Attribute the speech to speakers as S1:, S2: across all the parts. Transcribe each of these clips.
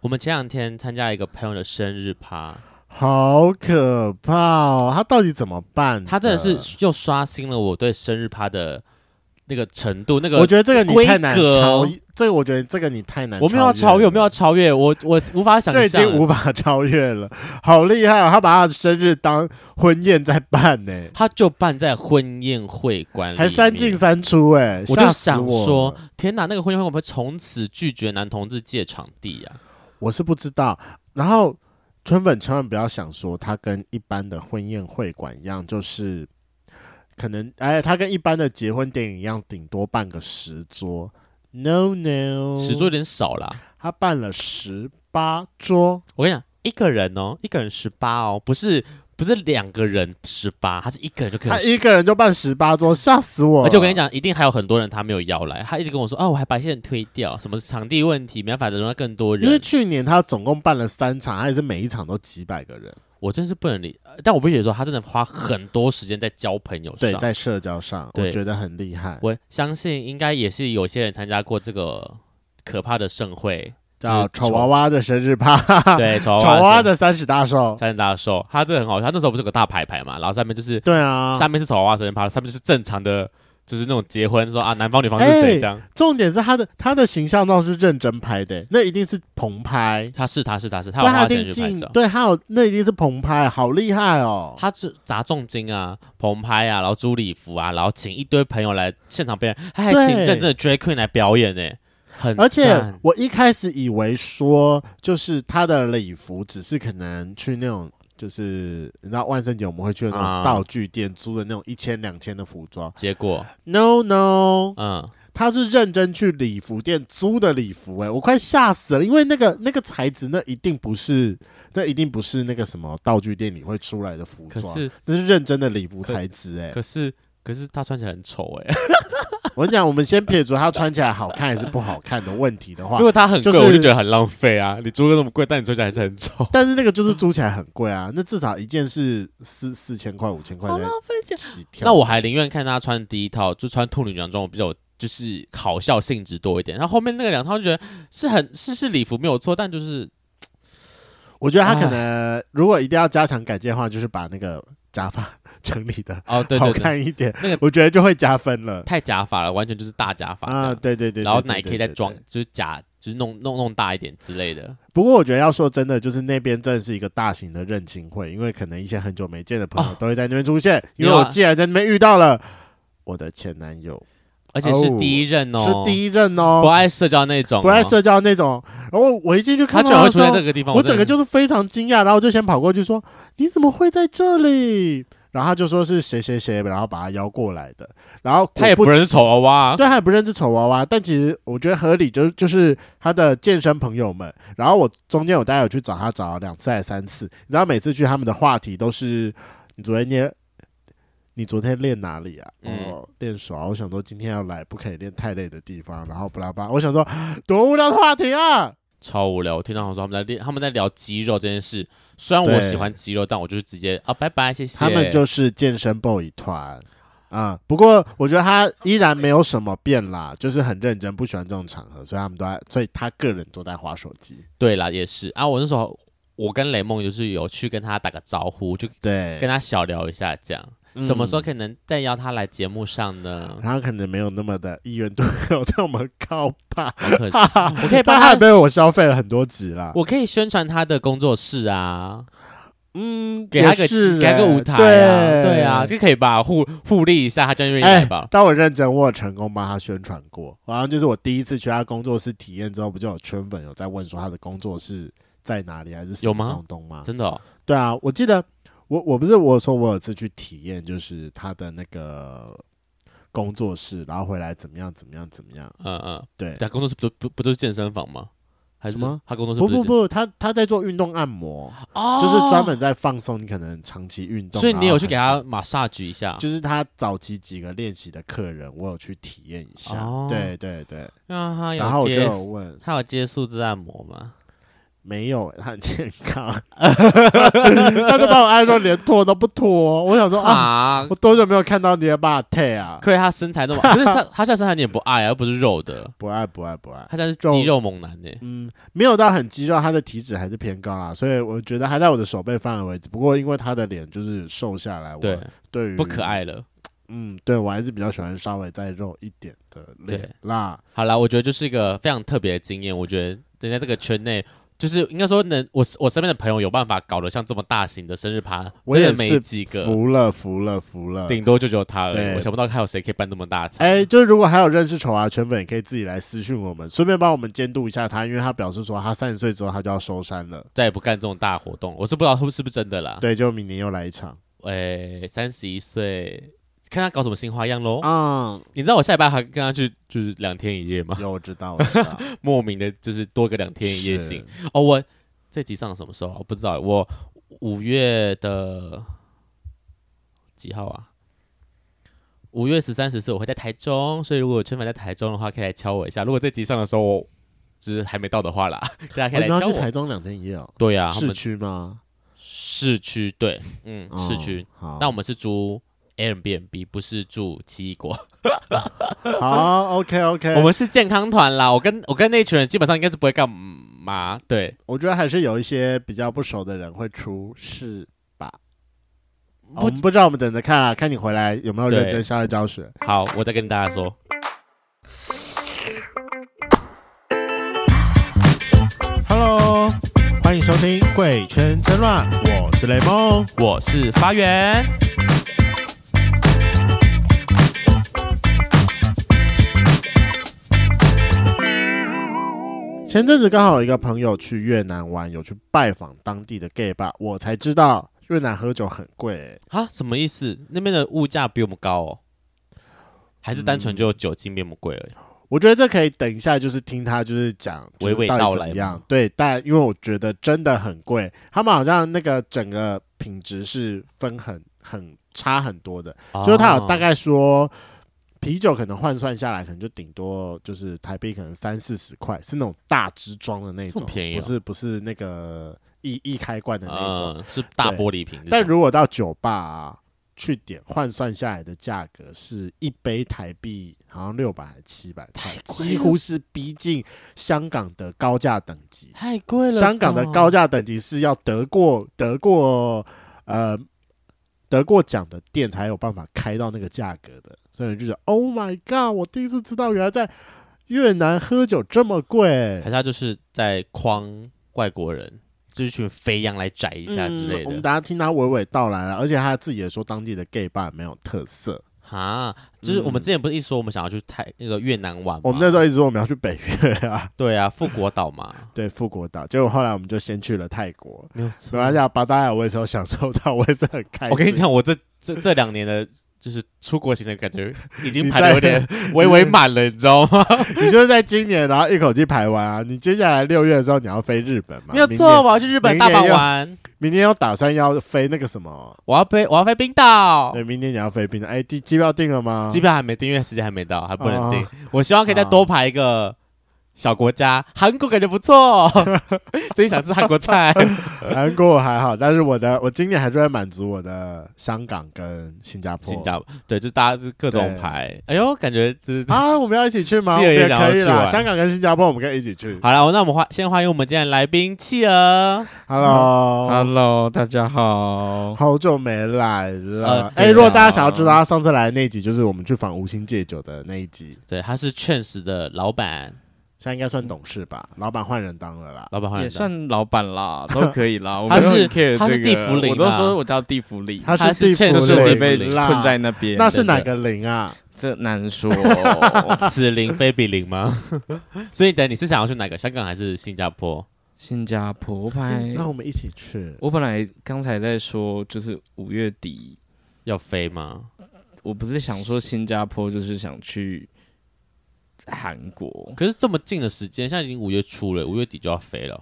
S1: 我们前两天参加了一个朋友的生日趴，
S2: 好可怕哦！他到底怎么办？
S1: 他真的是，又刷新了我对生日趴的那个程度，那个
S2: 我觉得这个你太难
S1: 规格
S2: 超，这个我觉得这个你太难，
S1: 我没有要超越，我没有要超越，我我无法想
S2: 这已经
S1: 象。
S2: 无法超越了，好厉害、哦！他把他的生日当婚宴在办呢、
S1: 他就办在婚宴会馆里面，
S2: 还三进三出哎、
S1: 我
S2: 吓
S1: 就
S2: 死
S1: 想
S2: 我
S1: 说
S2: 了，，
S1: 天哪，那个婚宴会馆会不会从此拒绝男同志借场地啊？
S2: 我是不知道。然后春粉千万不要想说他跟一般的婚宴会馆一样，就是可能哎，他跟一般的结婚电影一样，顶多办个十桌。No no，
S1: 尺度有点少啦。
S2: 他办了十八桌，
S1: 我跟你讲，一个人哦，一个人十八哦，不是不是两个人十八，他是一个人就可以
S2: 他
S1: 有
S2: 一个人就办十八桌，吓死我！
S1: 而且我跟你，讲，一定还有很多人他没有邀来，他一直跟我说啊，我还把一些人推掉，什么场地问题，没办法容纳更多
S2: 因为
S1: 人。
S2: 去年他总共办了三场，他也是每一场都几百个人，
S1: 我真是不能理，呃但我必须说，他真的花很多时间在交朋友上。
S2: 对，在社交上，
S1: 啊对
S2: 我觉得很厉害。
S1: 我相信应该也是有些人参加过这个可怕的盛 会，
S2: 叫
S1: 就是
S2: 丑娃娃的生日趴，
S1: 对， 丑
S2: 丑
S1: 娃
S2: 娃
S1: 娃
S2: 娃的三十大寿，
S1: 三十大寿，他这个很好笑，他那时候不是有个大牌牌嘛，然后上面就是、
S2: 对啊。
S1: 上面是丑娃娃生日趴，上面就是正常的，就是那种结婚说啊男方女方是
S2: 哎
S1: 谁这样，
S2: 重点是他的他的形象照是认真拍的，那一定是棚拍，
S1: 他是他是他是他
S2: 对，
S1: 有花
S2: 他一
S1: 钱
S2: 定
S1: 去拍
S2: 进
S1: 照，。
S2: 对，他有那一定是棚拍，好厉害哦！
S1: 他是砸重金啊，棚拍啊，然后租礼服啊，然后请一堆朋友来现场表演，他还
S2: 对
S1: 请认真的 drag queen 来表演呢、很
S2: 而且
S1: 赞
S2: 我一开始以为说，就是他的礼服只是可能去那种，就是你知道万圣节我们会去的那
S1: 啊
S2: 种道具店租的那种一千两千的服装。
S1: 结果，
S2: No no，
S1: 嗯，
S2: 他是认真去礼服店租的礼服、欸，我快吓死了，因为那个那个材质，那一定不是，那一定不是那个什么道具店里会出来的服
S1: 可
S2: 装，
S1: 是
S2: 那是认真的礼服材质、欸，
S1: 可是可是他穿起来很丑哎、
S2: 我跟你讲，我们先撇除它穿起来好看还是不好看的问题的话
S1: 如，果他很贵，
S2: 就是
S1: 我就觉得很浪费啊。你租个那么贵，但你穿起来还是很丑，
S2: 但是那个就是租起来很贵啊，那至少一件是四四千块、五千块
S1: 好浪
S2: 的
S1: 费钱。
S2: 起跳。
S1: 那我还宁愿看他穿第一套，就穿兔女洋装，我比较就是好笑性质多一点。然后后面那个两套，就觉得是很是是礼服没有错，但就是
S2: 我觉得他可
S1: 啊
S2: 能如果一定要加强改进的话，就是把那个 假发整理的
S1: 哦对
S2: 好
S1: 对对，
S2: 看一点，
S1: 那个
S2: 我觉得就会加 分了。
S1: 太假发了，完全就是大假发这
S2: 啊，
S1: 样
S2: 对对对，
S1: 然后
S2: 对
S1: 奶可以再装。
S2: 对对对，
S1: 就是假，就是弄弄弄大一点之类的。
S2: 不过我觉得要说真的，就是那边真的是一个大型的认亲会，因为可能一些很久没见的朋友
S1: 哦
S2: 都会在那边出现。因为
S1: 有啊
S2: 我既然在那边遇到了我的前男友，
S1: 而且是
S2: 哦
S1: 第一任哦，
S2: 是
S1: 一
S2: 第一任
S1: 不
S2: 哦，
S1: 爱社交那种、哦
S2: 不爱，社交那种。然后我一进去
S1: 他
S2: 看
S1: 居
S2: 到
S1: 然会
S2: 的
S1: 出
S2: 时
S1: 现
S2: 候
S1: 在这，个地方，
S2: 我
S1: 真
S2: 整
S1: 的
S2: 个就是非常惊讶，然后就先跑过去说：“你怎么会在这里？”然后他就说是谁谁谁，然后把他邀过来的。然后
S1: 他也
S2: 果
S1: 不
S2: 其
S1: 认识丑娃娃，
S2: 对，他也不认识丑娃娃，但其实我觉得合理，就是就是他的健身朋友们。然后我中间我大概有去找他找了两次还是三次，然后每次去他们的话题都是你昨天练，你昨天练哪里啊？
S1: 嗯
S2: 哦，练手啊。我想说今天要来，不可以练太累的地方。然后巴拉巴拉，我想说多无聊的话题啊！
S1: 超无聊。我听到他们说他们在练，他们在聊肌肉这件事。虽然我
S2: 对
S1: 喜欢肌肉，但我就是直接啊，拜拜，谢谢。
S2: 他们就是健身 boy 团。啊、不过我觉得他依然没有什么变啦，就是很认真，不喜欢这种场合，所以他们都在，所以他个人都在划手机。
S1: 对啦，也是啊。我那时候我跟雷梦就是有去跟他打个招呼，就
S2: 对，
S1: 跟他小聊一下这样。什么时候
S2: 嗯
S1: 可能再邀他来节目上呢？
S2: 然后可能没有那么的意愿度有这么高 吧，
S1: 好 可惜，我可以帮
S2: 但他
S1: 他
S2: 也被我消费了很多集啦。
S1: 我可以宣传他的工作室啊，
S2: 嗯，
S1: 给他
S2: 也
S1: 个
S2: 是
S1: 给他个
S2: 欸
S1: 舞台啊，
S2: 对
S1: 对啊，，就可以吧，互互利一下，他就愿意来
S2: 哎
S1: 吧，。
S2: 但我认真，我有成功帮他宣传过。然后就是我第一次去他工作室体验之后，不就有圈粉有在问说他的工作室在哪里，还是什
S1: 有
S2: 么
S1: 吗
S2: 东东吗？
S1: 真的哦，
S2: 对啊，我记得我我不是我有说我有次去体验，就是他的那个工作室，然后回来怎么样怎么样怎么样。
S1: 嗯嗯，
S2: 对，
S1: 他工作室不不不都是健身房吗？还是
S2: 什么
S1: 他工作室
S2: 不不
S1: 是，
S2: 不，他他在做运动按摩。
S1: 哦，
S2: 就是专，门在放松你可能长期运动，
S1: 所以你
S2: 然后
S1: 有去
S2: 很
S1: 给
S2: 长
S1: 他，啊马萨举一下，
S2: 就是他早期几个练习的客人，我有去体验一下，
S1: 哦
S2: 对对对，
S1: 啊让他有
S2: 然后我就
S1: 接
S2: 有问，
S1: 他有接数字按摩吗？
S2: 没有，欸他很健康， 他就把我按说连脱都不脱。我想说啊，
S1: 啊
S2: 我，多久没有看到你的把腿啊？
S1: 可以，他身材那么，可是他他现在身材你也不爱啊，又不是肉的，
S2: 不爱不爱不爱，
S1: 他现在是肌肉猛男呢、
S2: 嗯，没有到很肌肉，他的体脂还是偏高啦，所以我觉得还在我的手背范围。只不过因为他的脸就是瘦下来，我
S1: 对，
S2: 对于
S1: 不可，爱了。
S2: 嗯，对我还是比较喜欢稍微再肉一点的脸
S1: 对
S2: 啦。
S1: 好啦，我觉得就是一个非常特别的经验。我觉得人在这个圈内，就是应该说能我我身边的朋友有办法搞得像这么大型的生日趴，
S2: 我也
S1: 真的没
S2: 是
S1: 几个，
S2: 服了服了服了。
S1: 顶多就只有他而
S2: 对
S1: 已。我想不到还有谁可以办这么大场。
S2: 哎、就是如果还有认识丑娃圈粉，也可以自己来私讯我们，顺便帮我们监督一下他，因为他表示说他三十岁之后他就要收山了。
S1: 再也不干这种大活动，我是不知道是不是不是真的啦。
S2: 对，就明年又来一场
S1: 哎，三十一岁，看他搞什么新花样喽。
S2: 啊、
S1: 你知道我下礼拜还跟他去就是两天一夜吗？
S2: 有我知道，我知道，
S1: 莫名的就是多个两天一夜
S2: 是
S1: 行。哦，我这集上什么时候啊？我不知道，我五月的几号啊？五月十三、十四我会在台中，所以如果有圈粉在台中的话，可以来敲我一下。如果这集上的时候我就是还没到的话啦，大家可
S2: 我
S1: 以来
S2: 哦们要
S1: 敲
S2: 去
S1: 我。
S2: 台中两天一夜哦，
S1: 对啊，他
S2: 市
S1: 们
S2: 区吗？
S1: 市区对，嗯，市区。
S2: 哦
S1: 那我们是住 Airbnb，不是住奇异果。
S2: 好，好，OK OK，
S1: 我
S2: 我
S1: 们是健康团啦。我跟我跟那一群人基本上应该是不会干嘛，对，
S2: 我觉得还是有一些比较不熟的人会出事吧。哦我们不知道，我们等着看啊，看你回来有没有认
S1: 对
S2: 真校外教学。
S1: 好，我再跟大家说。
S2: Hello，欢迎收听《贵圈争乱》，我是雷梦。
S1: 我是发源。
S2: 前阵子刚好有一个朋友去越南玩，有去拜访当地的 gay 吧，我才知道越南喝酒很贵、欸
S1: 啊，什么意思？那边的物价比我们高哦？还是单纯就酒精比我们贵而已？
S2: 我觉得这可以等一下，就是听他就是讲就是
S1: 娓娓
S2: 到
S1: 道
S2: 底
S1: 来
S2: 怎么样
S1: 吗。
S2: 对，但因为我觉得真的很贵，他们好像那个整个品质是分很很差很多的，嗯
S1: 哦
S2: 就是他有大
S1: 啊
S2: 概说。啤酒可能换算下来，可能就顶多就是台币可能三四十块，是那种大支装的那
S1: 这
S2: 种，
S1: 么便宜
S2: 不
S1: 哦
S2: 是不是那个一一开罐的那种。
S1: 嗯，是大
S2: 对
S1: 玻璃瓶这种。
S2: 但如果到酒吧、啊、去点，换算下来的价格是一杯台币好像六百还七百块，几乎是逼近香港的高价等级。
S1: 太贵了吧，哦
S2: 香港的高价等级是要得过得过呃得过奖的店才有办法开到那个价格的，所以我就觉得 Oh my God！我第一次知道原来在越南喝酒这么贵
S1: 还。是他就是在诓外国人，就是去飞扬来宰一下之类
S2: 嗯我们
S1: 的。
S2: 大家听他娓娓道来了，而且他自己也说当地的 gay bar 没有特色，
S1: 哈，就是我们之前不是一直说我们想要去泰那个越南玩吗？
S2: 嗯我们那时候一直说我们要去北越啊，
S1: 对啊，富国岛嘛，
S2: 对，富国岛，结果后来我们就先去了泰国。
S1: 没有错
S2: 没关系啊，巴达雅我也是有享受到，我也是很开心。
S1: 我跟你，讲，我这这这两年的，就是出国行程，感觉已经
S2: 你
S1: 排的有
S2: 在
S1: 点微微满了，你知道吗？
S2: 你就是在今年，然后一口气排完啊。你接下来六月的时候你要飞日本嘛？
S1: 没有
S2: 啊明
S1: 错，
S2: 年
S1: 我要去日本
S2: 明
S1: 大
S2: 年
S1: 阪
S2: 要
S1: 玩，
S2: 明年有打算要飞那个什么？
S1: 我要飞我要飞冰岛，
S2: 对，明年你要飞冰岛。哎，机机票订了吗？
S1: 机票还没订，因为时间还没到，还不能订
S2: 哦。
S1: 我希望可以再
S2: 哦
S1: 多排一个小国家，韩国感觉不 错，最近想吃韩国菜。
S2: 哦韩国还好，但是我的我今年还是会满足我的香港跟新加坡。
S1: 新加坡对，就大家就是各种
S2: 对
S1: 排，哎呦，感觉就是。
S2: 啊，我们要一起去吗？我
S1: 企鹅
S2: 们
S1: 也
S2: 也
S1: 想要
S2: 可以
S1: 去
S2: 啦，
S1: 玩
S2: 香港跟新加坡我们可以一起去。
S1: 好了，那我们欢先欢迎我们今天的来宾企鹅。哦
S2: Hello，
S3: Hello，大家好。
S2: 好久没来了
S1: 呃。
S2: 哎、
S1: 对啊
S2: 如果大家想要知道他上次来的那一集，就是我们去访吴兴戒酒的那一集，
S1: 对，他是 Chance 的老板，
S2: 现在应该算董事吧？老板换人当了啦。
S1: 老板好
S3: 也
S1: 像
S3: 算老板啦，都可以 啦。我
S1: 他
S3: 没有
S1: 是
S3: 很 care
S1: 他是
S3: 这个
S1: 地福林啊
S3: 我都说我叫地福林，
S2: 他
S1: 他
S2: 地
S1: 是
S2: 府
S1: 欠
S3: 就是我
S1: 税
S2: 里
S1: 地
S3: 被
S1: 福林
S2: 啦
S3: 困在那边。
S2: 那是哪个零啊？
S3: 这难说。啊
S1: 此零非彼零吗？ 所以等你是想要去哪个？香港还是 新加坡？
S3: 新加坡，我本
S2: 哎那
S3: 来
S2: 我们一起去。
S3: 我本来刚才在说，就是五月底，
S1: 要飞吗？
S3: 我不是想说新加坡，就是想去韩国，
S1: 可是这么近的时间，现在已经五月初了，五月底就要飞了。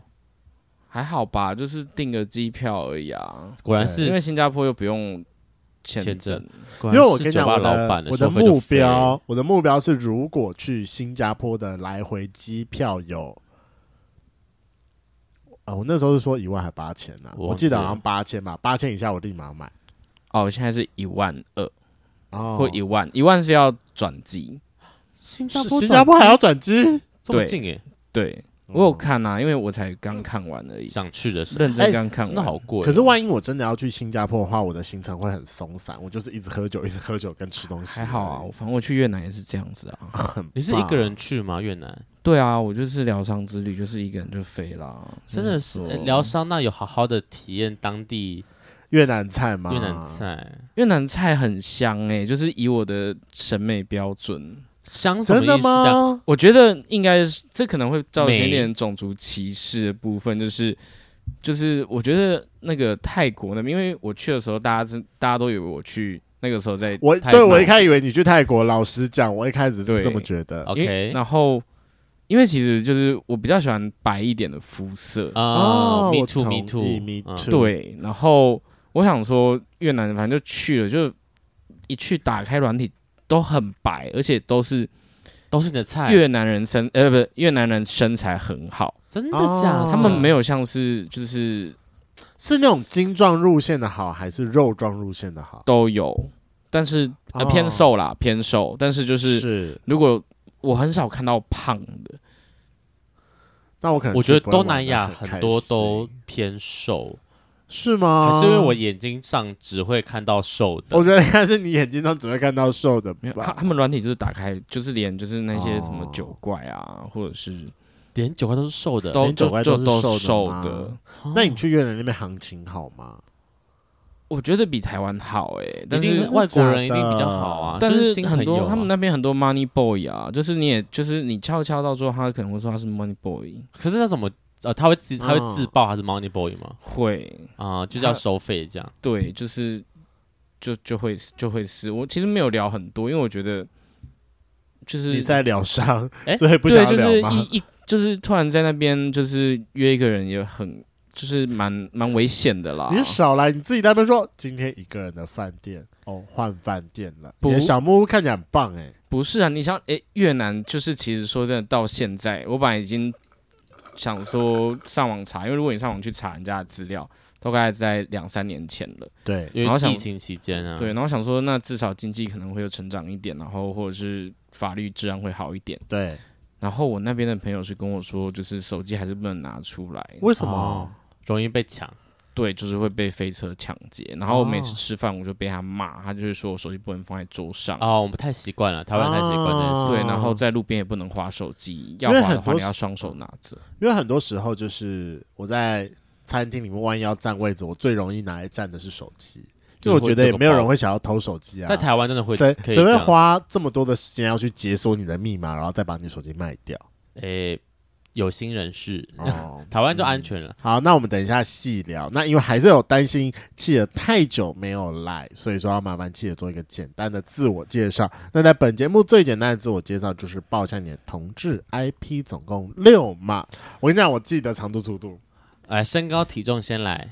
S3: 还好吧，就是订个机票而已啊。
S1: 果然
S3: 因
S1: 是
S3: 为，新加坡又不用签
S1: 签证
S3: 证，
S1: 果
S2: 因为
S1: 然
S2: 我
S1: 是
S2: 跟你
S1: 酒
S2: 讲，
S1: 吧
S2: 我
S1: 老板
S2: 的我的
S1: 收费就
S2: 目
S1: 飞
S2: 标，我的目标是，如果去新加坡的来回机票有啊、我那时候是说一万还八千呢，
S1: 我忘
S2: 我记
S1: 记
S2: 得好
S1: 了
S2: 像八千吧，八千以下我立马买。
S3: 哦，我现在是一万二
S2: 哦，
S3: 或一万，一万是要转机。
S1: 新加
S2: 是
S1: 坡
S2: 新加坡还要转机？
S1: 这么近哎、
S3: 对我有看啊，因为我才刚看完而已，
S1: 想去的时候
S3: 认真刚看
S1: 真的
S3: 完。
S1: 好贵哦、
S2: 可是万一我真的要去新加坡的话，我的行程会很松散，我就是一直喝酒，一直喝酒跟吃东西。
S3: 还好啊，
S1: 欸
S3: 我反正我去越南也是这样子啊。
S2: 很
S1: 你是一个人去吗？越南
S3: 对啊，我就是疗伤之旅，就是一个人就飞啦。
S1: 真的是
S3: 说
S1: 呃疗伤，那有好好的体验当地
S2: 越南菜吗？
S1: 越南菜
S3: 越南菜很香诶、就是以我的审美标准，
S1: 香什么
S2: 真
S1: 意
S2: 的
S1: 思啊？
S2: 吗？
S3: 我觉得应该是这可能会造成一
S1: 美
S3: 点种族歧视的部分，就是就是我觉得那个泰国那边，因为我去的时候，大家真大家都以为我去那个时候在
S2: 我
S3: 泰
S2: 对
S3: 国
S2: 我一开始以为你去泰国，老实讲，我一开始是
S3: 对
S2: 这么觉得。
S3: 因
S1: OK
S3: 为然后因为其实就是我比较喜欢白一点的肤色，
S1: 啊、
S2: 哦
S1: m
S2: 我
S1: e too me
S2: 同
S1: too
S2: 意，me
S1: 嗯
S2: too
S3: 对，然后我想说越南反正就去了，就一去打开软体都很白，而且都是
S1: 都是你的菜，
S3: 越南人身呃不是越南人身材很好，
S1: 真的假的？
S2: 哦
S3: 他们没有像是就是
S2: 是那种精壮路线的好，还是肉壮路线的好？
S3: 都有，但是呃
S2: 哦
S3: 偏瘦啦偏瘦，但是就是
S2: 是，
S3: 如果我很少看到胖的，
S2: 那我可能
S1: 我觉得
S2: 去不会
S1: 东
S2: 玩
S1: 南亚
S2: 得很
S1: 很
S2: 开
S1: 多
S2: 心
S1: 都偏瘦，
S2: 是吗？
S1: 还是因为我眼睛上只会看到瘦的
S2: 我？觉得应该是你眼睛上只会看到瘦的
S3: 没有他
S2: 吧
S3: 他？们软体就是打开就是连就是那些什么
S2: 哦
S3: 酒怪啊，或者是
S1: 连九块都是瘦的，
S3: 都
S2: 连酒
S3: 就
S2: 怪
S3: 就
S2: 都
S3: 都
S2: 是瘦
S3: 瘦
S2: 的吗
S3: 的。
S1: 哦
S2: 那你去越南那边行情好吗？
S3: 我觉得比台湾好诶、
S1: 一
S3: 但
S1: 定
S3: 是
S1: 是外国人一定比较好啊，
S3: 但
S1: 就是心
S3: 很
S1: 友
S3: 多、
S1: 啊
S3: 他们那边很多 money boy 啊，就是你也就是你悄悄到最后，他可能会说他是 money boy，
S1: 可是他怎么呃，他会自他会自
S2: 嗯
S1: 爆还是 Money Boy 吗？
S3: 会
S1: 啊、就是要收费这样。
S3: 对，就是就就会就会是我其实没有聊很多，因为我觉得就是
S2: 你是在疗伤，
S1: 哎
S2: 所以不想
S3: 对，
S2: 要
S3: 就是
S2: 聊吗？
S3: 一一就是突然在那边就是约一个人也很就是蛮蛮危险的啦。
S2: 你少来，你自己在那边说今天一个人的饭店哦，换饭店了。
S3: 不
S2: 你的小木屋看起来很棒哎、
S3: 不是啊，你想诶、越南就是其实说真的，到现在我本来已经想说上网查，因为如果你上网去查人家的资料，大概在两三年前了。
S2: 对，
S1: 因
S3: 然后
S1: 为
S3: 想
S1: 疫情期间啊，
S3: 对，，然后想说，那至少经济可能会有成长一点，然后或者是法律治安会好一点。
S2: 对，
S3: 然后我那边的朋友是跟我说，就是手机还是不能拿出来，
S2: 为什么？
S1: 哦容易被抢。
S3: 对，就是会被飞车抢劫。然后每次
S2: 哦
S3: 吃饭我就被他骂，他就是说我手机不能放在桌上，
S1: 哦，我们太习惯了，台湾太习惯这件事。
S2: 哦
S3: 对，然后在路边也不能划手机，要
S2: 因为
S3: 划的
S2: 很
S3: 话
S2: 多
S3: 你要
S2: 时
S3: 双手拿着。
S2: 因为很多时候就是我在餐厅里面，万一要占位置，我最容易拿来占的是手机，因为我觉得也没有人会想要偷手机啊。
S1: 在台湾真的会
S2: 谁
S1: 可以
S2: 谁
S1: 这
S2: 会
S1: 样？
S2: 花这么多的时间要去解锁你的密码，然后再把你手机卖掉？
S1: 诶，有心人士，
S2: 哦，
S1: 台湾就安全了。
S2: 好，那我们等一下细聊。那因为还是有担心企鹅太久没有来，所以说要麻烦企鹅做一个简单的自我介绍。那在本节目最简单的自我介绍就是报一下你的同志 IP，总共六嘛。我跟你讲，我记得长度粗度，
S1: 哎，身高体重先来，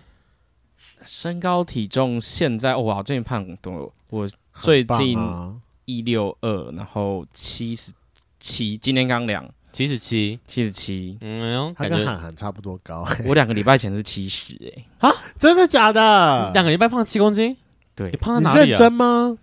S3: 身高体重现在哇，我最近胖很多，我最
S2: 棒
S3: 近
S2: 啊，
S3: 一六二，然后七十七，今天刚量
S1: 七十七，
S3: 七 十七。
S1: 嗯，哎呦
S2: 他
S1: 感
S2: 跟
S1: 觉
S2: 韩寒差不多高，
S3: 我两个礼拜前是七十哎，
S2: 真的假的？
S1: 两个礼拜胖七公斤，
S3: 对
S1: 你，胖到
S2: 你
S1: 哪里
S2: 认
S1: 啊？
S2: 真吗？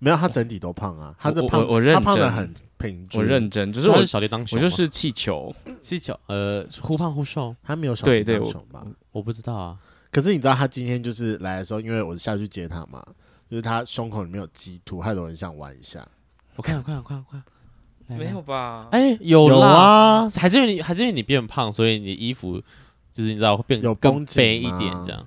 S2: 没有，他整体都胖啊，他是
S3: 我我
S2: 胖，
S3: 我认
S2: 他胖的
S3: 真
S2: 很平均，
S3: 我认真，就
S1: 就是
S3: 我
S1: 是小弟当
S3: 我
S1: 熊吗，
S3: 就是气球，
S1: 七九，呃，忽胖忽瘦，
S2: 他没有小
S3: 对
S2: 叮
S3: 对
S2: 当
S3: 我
S2: 熊吧？
S1: 我不知道啊。
S2: 可是你知道他今天就是来的时候，因为我下去接他嘛，就是他胸口里面有鸡突，害得我很想玩一下。
S1: 我看，我看，我看，我看，来
S3: 没有，吧？
S1: 来哎，有
S2: 有
S1: 啦，
S2: 啊，
S1: 还是因为你还是因为你变胖，所以你衣服就是你知道会变
S2: 有
S1: 更
S2: 绷紧
S1: 肥一
S2: 吗
S1: 点，这样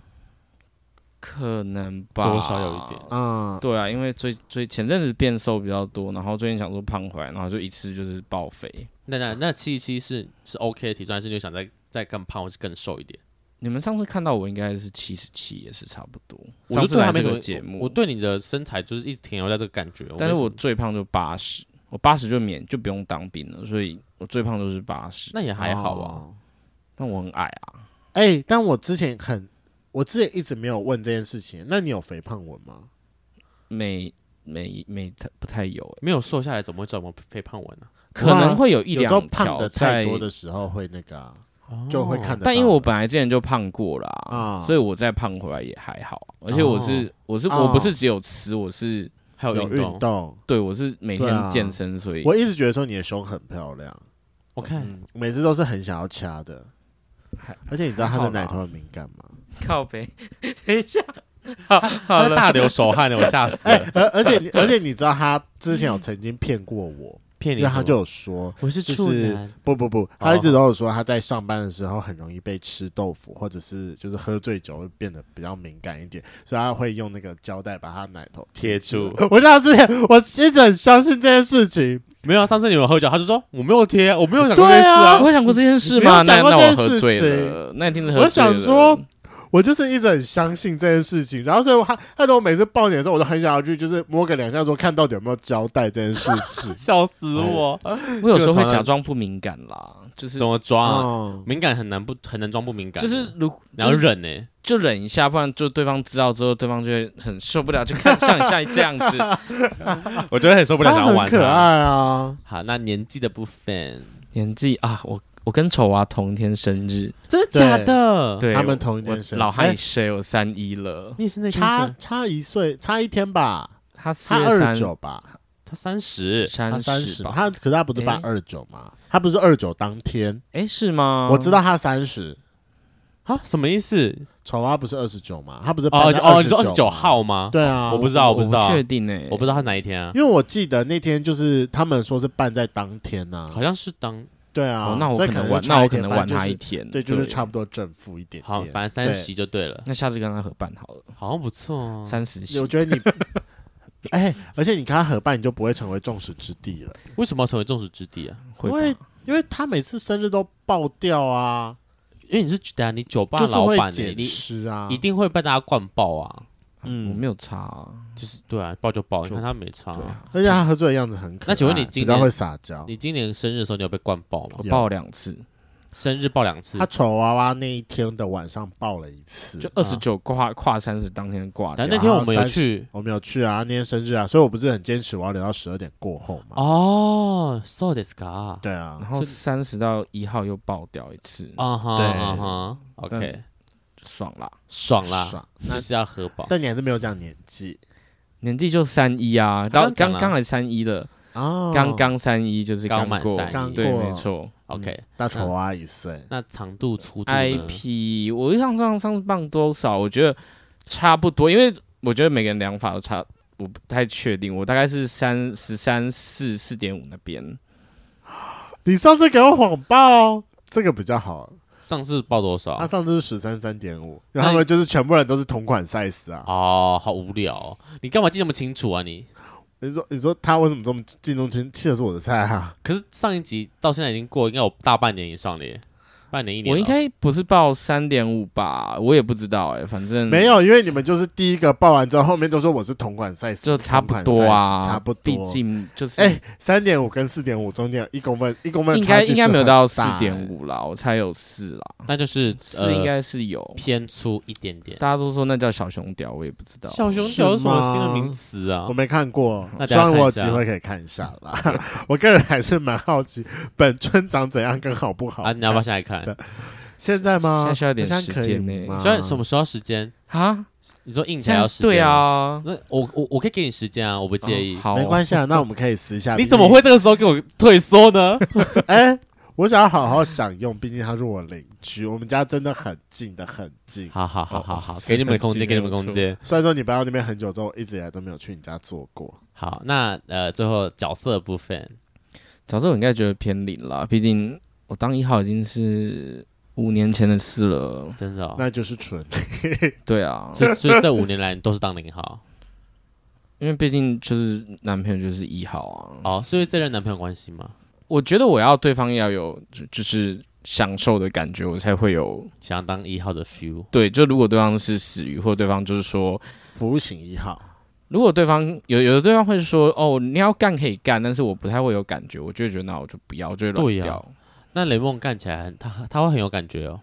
S3: 可能吧，
S1: 多少有一点。
S2: 嗯，
S3: 对啊，因为最最前阵子变瘦比较多，然后最近想说胖回来，然后就一次就是爆肥。
S1: 那那那七七是是 OK 的体重，还是你想再再更胖或是更瘦一点？
S3: 你们上次看到我应该是七十七，也是差不多。
S1: 我
S3: 上
S1: 就
S3: 次
S1: 对
S3: 来
S1: 他没
S3: 这
S1: 什
S3: 个
S1: 么
S3: 节目，
S1: 我，我对你的身材就是一直停留在这个感觉。
S3: 但是
S1: 没什
S3: 我
S1: 么
S3: 最胖就八十，我八十就免就不用当兵了，所以我最胖就是八十。
S1: 那也还好啊。
S2: 哦。
S3: 但我很矮啊，
S2: 哎、但我之前很，我之前一直没有问这件事情。那你有肥胖纹吗？
S3: 没没没太不太有、欸，
S1: 没有瘦下来，怎么会叫我们肥胖纹呢、啊
S3: 可能会有一
S2: 有时候
S3: 两
S2: 胖
S3: 条
S2: 的太
S3: 在
S2: 多的时候会那个啊、就会看得到了。
S3: 但因为我本来之前就胖过啦，
S2: 啊
S3: 所以我再胖回来也还好。啊而且我是、我是、
S2: 哦
S3: 我不是只有吃，我是
S1: 还有
S2: 有
S1: 运动
S2: 运，动，
S3: 对我是每
S2: 对啊
S3: 天健身，所以
S2: 我一直觉得说你的胸很漂亮，
S1: 我看
S2: 嗯，每次都是很想要掐的
S3: 还。
S2: 而且你知道他
S3: 还
S2: 的
S3: 好啦
S2: 奶头很敏感吗？
S3: 靠背。等一下，好，好
S1: 他在大流手汗的，我吓死
S2: 哎、
S1: 了。
S2: 而而且你而且你知道他之前有曾经骗过我，
S1: 骗你
S2: 因
S1: 什
S2: 为
S1: 么，
S2: 他就有说
S1: 我是处
S2: 就是
S1: 男，
S2: 不不不，他一直都有说他在上班的时候很容易被吃豆腐，或者是就是喝醉酒会变得比较敏感一点，所以他会用那个胶带把他奶头
S1: 贴住。
S2: 我知道之前我一直很相信这件事情，
S1: 没有啊，上次你们喝酒，他就说我没有贴，我没有想过这
S2: 对
S1: 件事
S2: 啊
S1: 啊。。
S3: 我有想过这件事吗？
S2: 你没
S3: 那
S2: 有讲过
S3: 那我
S2: 这件
S3: 喝
S2: 事
S3: 醉
S2: 情
S3: 了，那一天是喝醉
S2: 我想
S3: 了
S2: 说，我就是一直很相信这件事情，然后所以我他他说我每次抱你的时候，我都很想要去就是摸个两下，说看到底有没有胶带这件事情
S1: 笑死我！
S3: 我有时
S1: 这个
S3: 候会
S1: 从来
S3: 假装不敏感啦，就是
S1: 怎么装啊？
S2: 哦，
S1: 敏感很难不很难装不敏感
S3: 就
S1: 的，
S3: 是如
S1: 你要
S3: 就是
S1: 忍欸呢。
S3: 就忍一下，不然就对方知道之后，对方就会很受不了，就看像你现在这 样子。
S1: 我觉得很受不了，
S2: 他
S1: 想要
S2: 很
S1: 玩
S2: 可
S1: 他。
S2: 爱啊！
S1: 好，那年纪的部分，
S3: 年纪啊，我我跟丑娃同一天生日，
S1: 真的
S2: 对
S1: 假的？，
S3: 对
S2: 他们
S3: 我
S2: 同一天
S3: 我
S2: 生
S3: 老
S2: 哎
S3: 害谁？我三一了，
S1: 你也是那天
S2: 差
S1: 生
S2: 差一岁，差一天吧，
S3: 他四
S2: 他
S3: 月
S2: 二
S3: 三
S2: 十九吧，
S1: 他三十，
S2: 他
S3: 三
S2: 三
S3: 十
S2: 十，
S3: 吧？
S2: 他可是他不是办
S3: 哎
S2: 二九吗？他不是二九当天，
S3: 哎是吗？
S1: 嗯
S2: 我知道他三十，
S1: 啊，什么意思？
S2: 丑娃不是二十九吗？他不是
S1: 哦
S2: 办在
S1: 哦，你说二十
S2: 29
S1: 九
S2: 吗
S1: 号吗？
S2: 对啊，
S1: 我不知道，我不知道，
S3: 确定哎，
S1: 我不知道他哪一天啊，
S2: 因为我记得那天就是他们说是办在当天呐、
S1: 好像是当
S2: 对啊，
S3: 哦，那我
S2: 所以
S3: 可能
S2: 就
S3: 晚，
S2: 差
S3: 那我
S2: 一
S3: 可
S2: 天
S3: 能
S2: 反
S3: 晚
S2: 正
S3: 他一
S2: 就是
S3: 天，
S2: 对，就是差不多正负一点
S1: 好，
S2: 点。
S1: 反正三十就对了，
S3: 那下次跟他合办好了，
S1: 好像不错哦。
S3: 三十
S2: 我
S3: 系
S2: 觉得你， 哎、而且你跟他合办，你就不会成为众矢之的了，
S1: 为什么要成为众矢之的啊？
S3: 会
S2: 因
S3: 吧
S2: 为因为他每次生日都爆掉啊，
S1: 因为你是等下你酒吧
S2: 就
S1: 的
S2: 是
S1: 老
S2: 会
S1: 板欸，
S2: 减
S1: 你
S2: 吃啊，
S1: 一定会被大家灌爆啊！
S3: 我
S2: 嗯，
S3: 没有差啊，
S1: 就是对啊，爆就爆，你
S3: 就
S1: 看他没差啊。
S3: 对啊，
S2: 而且他喝醉的样子很可爱，
S1: 那请问你
S2: 比
S1: 今
S2: 较
S1: 年
S2: 会撒娇，
S1: 你今年生日的时候，你有被灌爆吗
S3: 我？
S2: 有
S3: 报两次，
S1: 生日爆两次
S2: 他，丑娃娃那一天的晚上爆了一次，
S3: 就二十
S2: 啊
S3: 九跨跨三十当天挂掉
S1: 但。那天我们有去
S2: 我没有去啊，那天生日啊，所以我不是很坚持我要留到十二点过后嘛。
S1: 哦，so this guy，
S2: 对
S3: 然
S2: 啊，
S3: 后
S1: 是
S3: 三十到一号又爆掉一次，
S1: 啊哈
S2: 对
S1: 啊哈，OK，
S3: 但爽啦！
S1: 爽啦，
S2: 爽
S1: 就是要喝饱。
S2: 但你还是没有这样年纪
S3: 年纪就三一啊，到
S1: 刚讲
S3: 刚
S1: 了
S3: 刚来三一了，
S2: 哦
S3: 刚刚三一就是
S1: 刚满
S3: 过，
S1: 31
S2: 刚
S3: 对，
S2: 过嗯
S3: 没错。
S1: OK，
S2: 大丑娃一岁，
S1: 那长度粗度呢
S3: IP 我上上上次磅多少？我觉得差不多，因为我觉得每个人量法都差，我不太确定。我大概是三十三四四点五那边，
S2: 你上次给我谎报，这个比较好。
S1: 上次爆多少
S2: 他？上次是十三三点五，
S1: 哦那你
S2: 然后他们就是全部人都是同款 size 啊。
S1: 哦，好无聊哦，你干嘛记那么清楚啊你？
S2: 你说你说他为什么这么进中圈？气的是我的菜啊！
S1: 可是上一集到现在已经过，应该有大半年以上了耶，半年一年了。
S3: 我应该不是报三点五吧？我也不知道哎、反正
S2: 没。有，因为你们就是第一个报完之后，后面都说我是同款 size，
S3: 就差不多
S2: 同款 size，
S3: 啊，
S2: 差不多
S3: 毕竟就是，
S2: 哎，三点五跟四点五中间有一公分，一公分的
S3: 应该
S2: 差距是
S3: 应该没有到
S2: 很
S3: 四
S2: 大
S3: 点
S2: 欸
S3: 五啦，我猜有四啦，
S1: 那就是
S3: 四应、该是有
S1: 呃、。偏粗一点点。
S3: 大家都说那叫小熊屌，我也不知道。
S1: 小熊屌是什么
S2: 是吗
S1: 新的名词啊
S2: 我？没看过
S1: 那，
S2: 希
S1: 等下
S2: 望我有机
S1: 看一下
S2: 会可以看一下啦。 我个人还是蛮好奇本村长怎样跟好不好
S1: 啊，你要不要现在看？
S2: 对现在吗？
S3: 现在需要点
S2: 好像可以
S3: 时间呢
S2: 吗
S1: 需要什么时候时间？
S3: 啊，
S1: 你说硬起
S3: 现
S1: 来要
S3: 在
S1: 时间？
S3: 对。啊，
S1: 那我我我可以给你时间啊，我不介意。
S3: 哦好，
S2: 没关系啊，那我们可以私下。
S1: 你怎么会？这个时候给我退缩呢？
S2: 哎，我想要好好享用，毕竟他是我邻居，我们家真的很近的，很近。
S1: 好好好好好，
S3: 是
S1: 给你们空
S3: 很
S1: 间，
S3: 近
S1: 给你们
S3: 哦没有
S1: 空间。
S2: 虽然说你搬到那边很久之后，我一直以来都没有去你家坐过。
S1: 好，那呃，最后角色的部分，
S3: 角色我应该觉得偏零啦，毕竟我当一号已经是五年前的事了。
S1: 真的、哦，
S2: 那就是纯，
S3: 对啊，
S1: 所以所以这五年来你都是当零号
S3: 因为毕竟就是男朋友就是一号啊。
S1: 哦，是因为这任男朋友关系吗？
S3: 我觉得我要对方要有就就是享受的感觉，我才会有
S1: 想要当一号的 feel，
S3: 对。就如果对方是死鱼，或者对方就是说，
S2: 服务型一号，
S3: 如果对方有有的对方会说哦，你要干可以干，但是我不太会有感觉，我就会觉得那我就不要，我就会
S1: 对
S3: 软
S1: 呀
S3: 掉。
S1: 那雷梦干起来很，他他会很有感觉哦。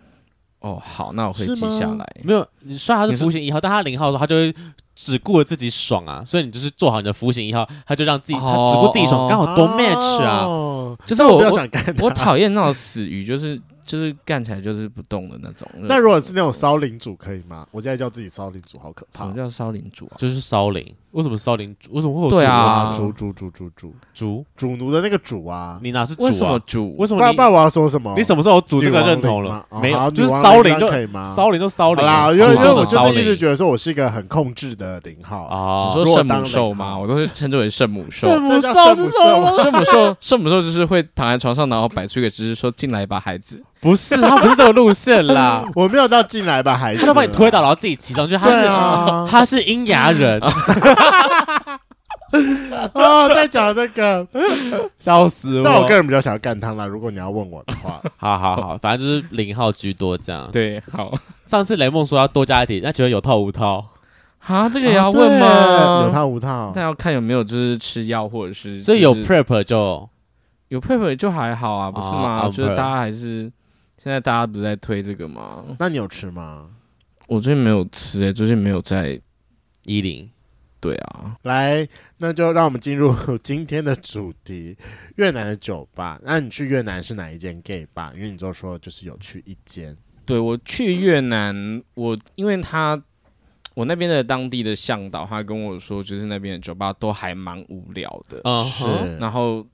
S3: 哦，好，那我会
S2: 是
S3: 记
S2: 吗
S3: 下来。
S1: 没有，你虽然他
S3: 你
S1: 是
S3: 是
S1: 服务型一号，但他零号的时候，他就会只顾着自己爽啊，所以你就是做好你的服务型一号，他就让自己、他只顾自己爽，
S3: 哦
S1: 刚好多 match 啊。
S2: 哦
S3: 就是
S2: 我
S3: 我
S2: 比较
S3: 我
S2: 想看他
S3: 我讨厌那种死鱼，就是就是干起来就是不动的那种。
S2: 那如果是那种烧领主可以吗？我现在叫自己烧领主，好可
S3: 什
S2: 怕
S3: 么。叫烧领主啊？
S1: 就是烧灵，为什么烧灵？为什么会有
S3: 对啊
S2: 主主主主主
S1: 主？
S2: 主奴的那个主啊，
S1: 你哪是主
S3: 为什么
S1: 啊？
S3: 主？
S1: 为
S3: 什
S1: 什
S2: 不然
S1: 么
S2: 不然
S1: 你
S2: 我要说什么？
S1: 你什么时候主这
S2: 女
S1: 个
S2: 王
S1: 认同
S2: 领
S1: 了
S2: 吗？哦
S1: 没
S2: 好
S1: 有，就是
S2: 女王
S1: 烧
S2: 领
S1: 灵就
S2: 可以吗？
S1: 烧灵就烧
S2: 好
S1: 灵
S2: 啦，
S1: 啊，
S2: 因为因为
S1: 主
S2: 我
S1: 的烧
S2: 就是一
S1: 灵
S2: 直觉得说我是一个很控制的零号，
S1: 哦，
S3: 你说
S2: 啊如果
S3: 圣
S2: 当
S3: 母
S2: 人
S3: 兽吗？
S2: 好
S3: 我都是称之为圣母兽。
S1: 圣母
S2: 这
S1: 兽
S2: 叫圣母
S1: 是什么？
S2: 兽
S3: 圣母兽， 圣母兽就是会躺在床上，然后摆出一个姿势说：“进来吧，孩 子。
S1: 不是，他不是这个路线啦，
S2: 我没有到进来吧，孩子，
S1: 他都把你推倒，。然后自己骑上去，他
S2: 对
S1: 是
S2: 啊，嗯
S1: 他是阴阳人，
S2: 哦，在讲那个，
S1: 笑死
S2: 但我
S1: 我！
S2: 个人比较想要干他啦。如果你要问我的话，
S1: 好好好， 反正就是零号居多这样”。
S3: 对，
S2: 啊
S3: 好
S1: 上次雷梦说要多加一题，那请问有套无套？
S3: 啊，这
S2: 这
S3: 个也要问吗？
S2: 有套无套？
S3: 但要看有没有就是吃药或者是，
S1: 所以有
S3: 就是
S1: prep 就
S3: 有配合就还好啊，不是
S1: 啊
S3: 吗？
S1: 啊
S3: 就是
S1: 配合
S3: 大家还是现在大家不是在推这个吗？
S2: 那你有吃吗？
S3: 我最近没有吃、欸，最近没有在。
S1: 一零，
S3: 对啊，
S2: 来，那就让我们进入 今天的主题——越南的酒吧。那你去越南是哪一间 gay 吧？因为你就说就是有去一间，
S3: 对我去越南，我因为他我那边的当地的向导，他跟我说，就是那边的酒吧都还蛮无聊的。
S1: 嗯
S2: 是
S1: 哼，
S3: 然后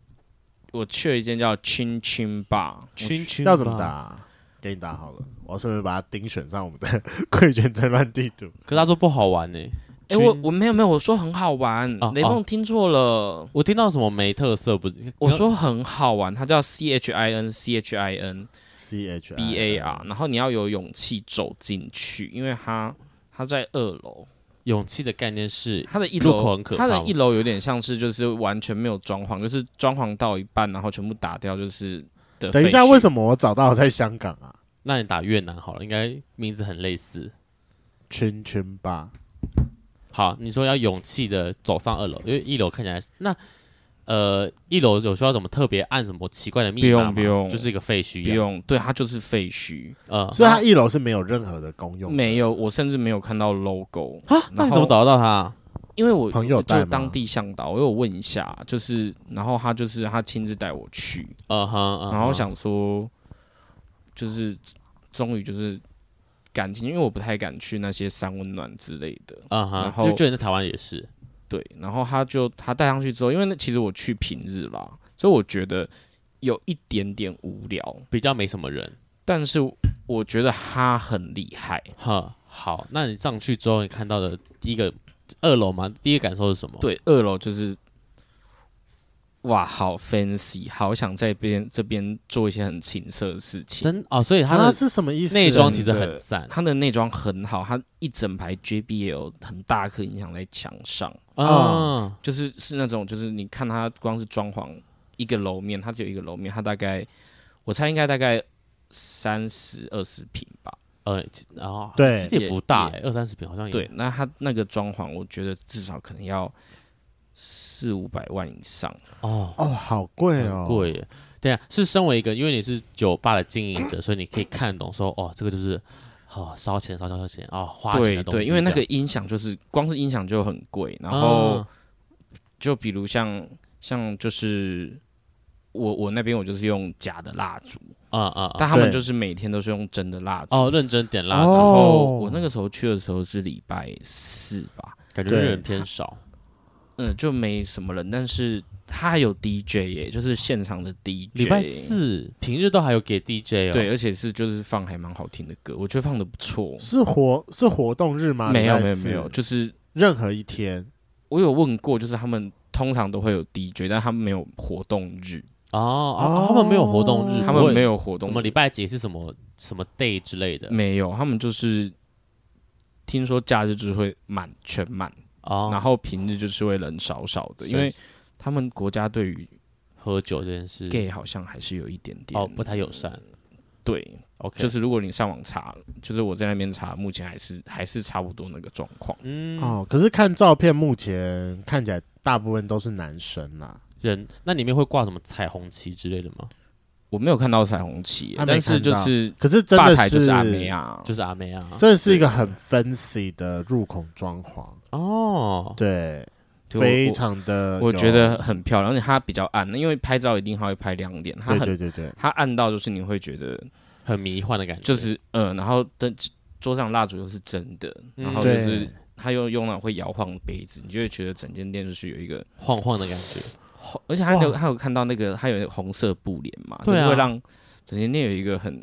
S3: 我去了一间叫 Chin Chin Bar，
S1: 群群
S2: 要怎么
S1: 吧？
S2: 打？给你打好了，我顺便把它盯选上我们的 贵圈争乱地图。
S1: 可是他说不好玩呢。欸
S3: 哎、我
S1: 群
S3: 我没有没有，我说很好玩，
S1: 哦
S3: 雷梦听错了，
S1: 我听到什么没特色不是？
S3: 我说很好玩，它叫 C H I N C H I N
S2: C H
S3: B A
S1: 哎
S3: R，然后你要有勇气走进去，因为它它在二楼，
S1: 勇气的概念是
S3: 它的一
S1: 入口
S3: 楼
S1: 很可怕
S3: 它
S1: 吗
S3: 的一楼有点像是就是完全没有装潢，就是装潢到一半，然后全部打掉，就是的。
S2: 等一下，为
S3: 么？
S2: 什么我找到在香港啊？
S1: 那你打越南好了，应该名字很类似。
S2: 圈圈
S3: 啊
S2: 吧，
S1: 好，你说要勇气的走上二楼，因为一楼看起来那呃一楼有需要怎么特别按什么奇怪的密码吗
S3: 不用不用
S1: 就是一个废墟一
S3: 不
S1: 样，
S3: 用，对，它就是废墟，
S1: 呃，
S2: 所以它一楼是没有任何的公用的。啊
S3: 没有，我甚至没有看到 logo。
S1: 啊，那
S3: 然
S1: 你
S3: 后
S1: 怎么找得到他？
S3: 因为我
S2: 朋友
S3: 我
S2: 带
S3: 就
S2: 吗
S3: 当地向导，我有问一下，就是然后他就是他亲自带我去，
S1: 嗯哼，
S2: 啊
S1: 嗯哼
S3: 然后想说，就是终于就是感情，因为我不太敢去那些三温暖之类的，
S1: 嗯
S3: 然
S1: 哼，
S3: 后
S1: 就就连在台湾也是，
S3: 对，然后他就他带上去之后，因为那其实我去平日啦，所以我觉得有一点点无聊，
S1: 比较没什么人。
S3: 但是我觉得他很厉害，
S1: 哼，好，那你上去之后，你看到的第一个二楼吗？第一个感受是什么？，
S3: 对，二楼就是，哇，好 fancy，好想在边这边做一些很情色的事情。
S1: 真哦，所以它
S3: 啊
S2: 它
S1: 的
S2: 是什么意思？
S1: 内装其实
S3: 真的
S1: 很赞
S3: 它的内装很好，它一整排 JBL 很大颗影响在墙上，
S1: 啊，
S3: 就是是那种就是你看它光是装潢一个楼面，它只有一个楼面，它大概我猜应该大概三十二十平吧。
S1: 呃，其然后
S2: 对
S1: 其实也不大
S3: 也
S1: 欸，二三十平好像也
S3: 对，那它那个装潢，我觉得至少可能要四五百万以上。
S1: 哦，
S2: 哦，好贵哦，
S1: 很贵耶。对啊，是身为一个，因为你是酒吧的经营者，所以你可以看懂说，哦，这个就是哦烧钱烧烧烧钱哦花钱
S3: 对
S1: 的东西这样。
S3: 对，因为那个音响就是光是音响就很贵，然
S1: 啊
S3: 后就比如像像就是我我那边我就是用假的蜡烛，
S1: 啊啊啊
S3: 但他们
S2: 对
S3: 就是每天都是用真的蜡烛。
S1: 哦认真点啦，
S2: 哦
S3: 然后我那个时候去的时候是礼拜四吧，
S1: 感觉
S2: 对
S1: 人偏少。
S3: 嗯，就没什么人，但是他还有 DJ 耶，就是现场的 DJ。
S1: 礼拜。四哦平日都还有给 DJ 哦，
S3: 对，，而且是就是放还蛮好听的歌，我觉得放的不错。
S2: 是活是活动日吗？
S3: 没有
S2: 礼
S3: 没
S2: 拜
S3: 有
S2: 四
S3: 没有，，就是
S2: 任何一天
S3: 我有问过，就是他们通常都会有 DJ，但他们没有活动日，
S1: 哦哦，他们没有活动日，
S3: 他
S1: 不
S3: 们
S1: 会
S3: 没有活动
S1: 什
S3: 日，嗯
S1: 么礼拜几是什么什么 day 之类的
S3: 没有，他们就是听说假日就是会满全满，
S1: 哦，
S3: 然后平日就是会人少少的，
S1: 是
S3: 因为他们国家对于
S1: 喝酒这件事
S3: gay 好像还是有一点点
S1: 哦不太友善。
S3: 对，
S1: OK，
S3: 就是如果你上网查，就是我在那边查，目前还是还是差不多那个状况。
S1: 嗯
S2: 哦。可是看照片，目前看起来大部分都是男生啦。
S1: 人那里面会挂什么彩虹旗之类的吗？
S3: 我没有看到彩虹旗耶
S2: 还，没
S3: 但是
S2: 看到
S3: 就是
S2: 可是真
S3: 吧
S2: 的
S3: 台就是是阿梅啊，
S1: 就是阿妹啊，
S2: 真的是一个很 fancy 的入孔装潢，
S1: 哦，
S2: 对，
S3: 对我
S2: 非常的
S3: 我
S2: 有
S3: 我觉得很漂亮，而且它比较暗，因为拍照一定还会拍亮点，它
S2: 对
S3: 很
S2: 对对对，
S3: 它暗到就是你会觉得
S1: 很迷幻的感觉，
S3: 就是呃，然后灯桌上蜡烛又是真的，
S1: 嗯
S3: 然后就
S2: 对，
S3: 是它又用那种会摇晃的杯子，你就会觉得整间店就是有一个，
S1: 晃晃的感觉。
S3: 而且它有
S2: 哇
S3: 它有看到那个它有那个红色布帘嘛，就
S1: 对啊
S3: 是会让整间店有一个很，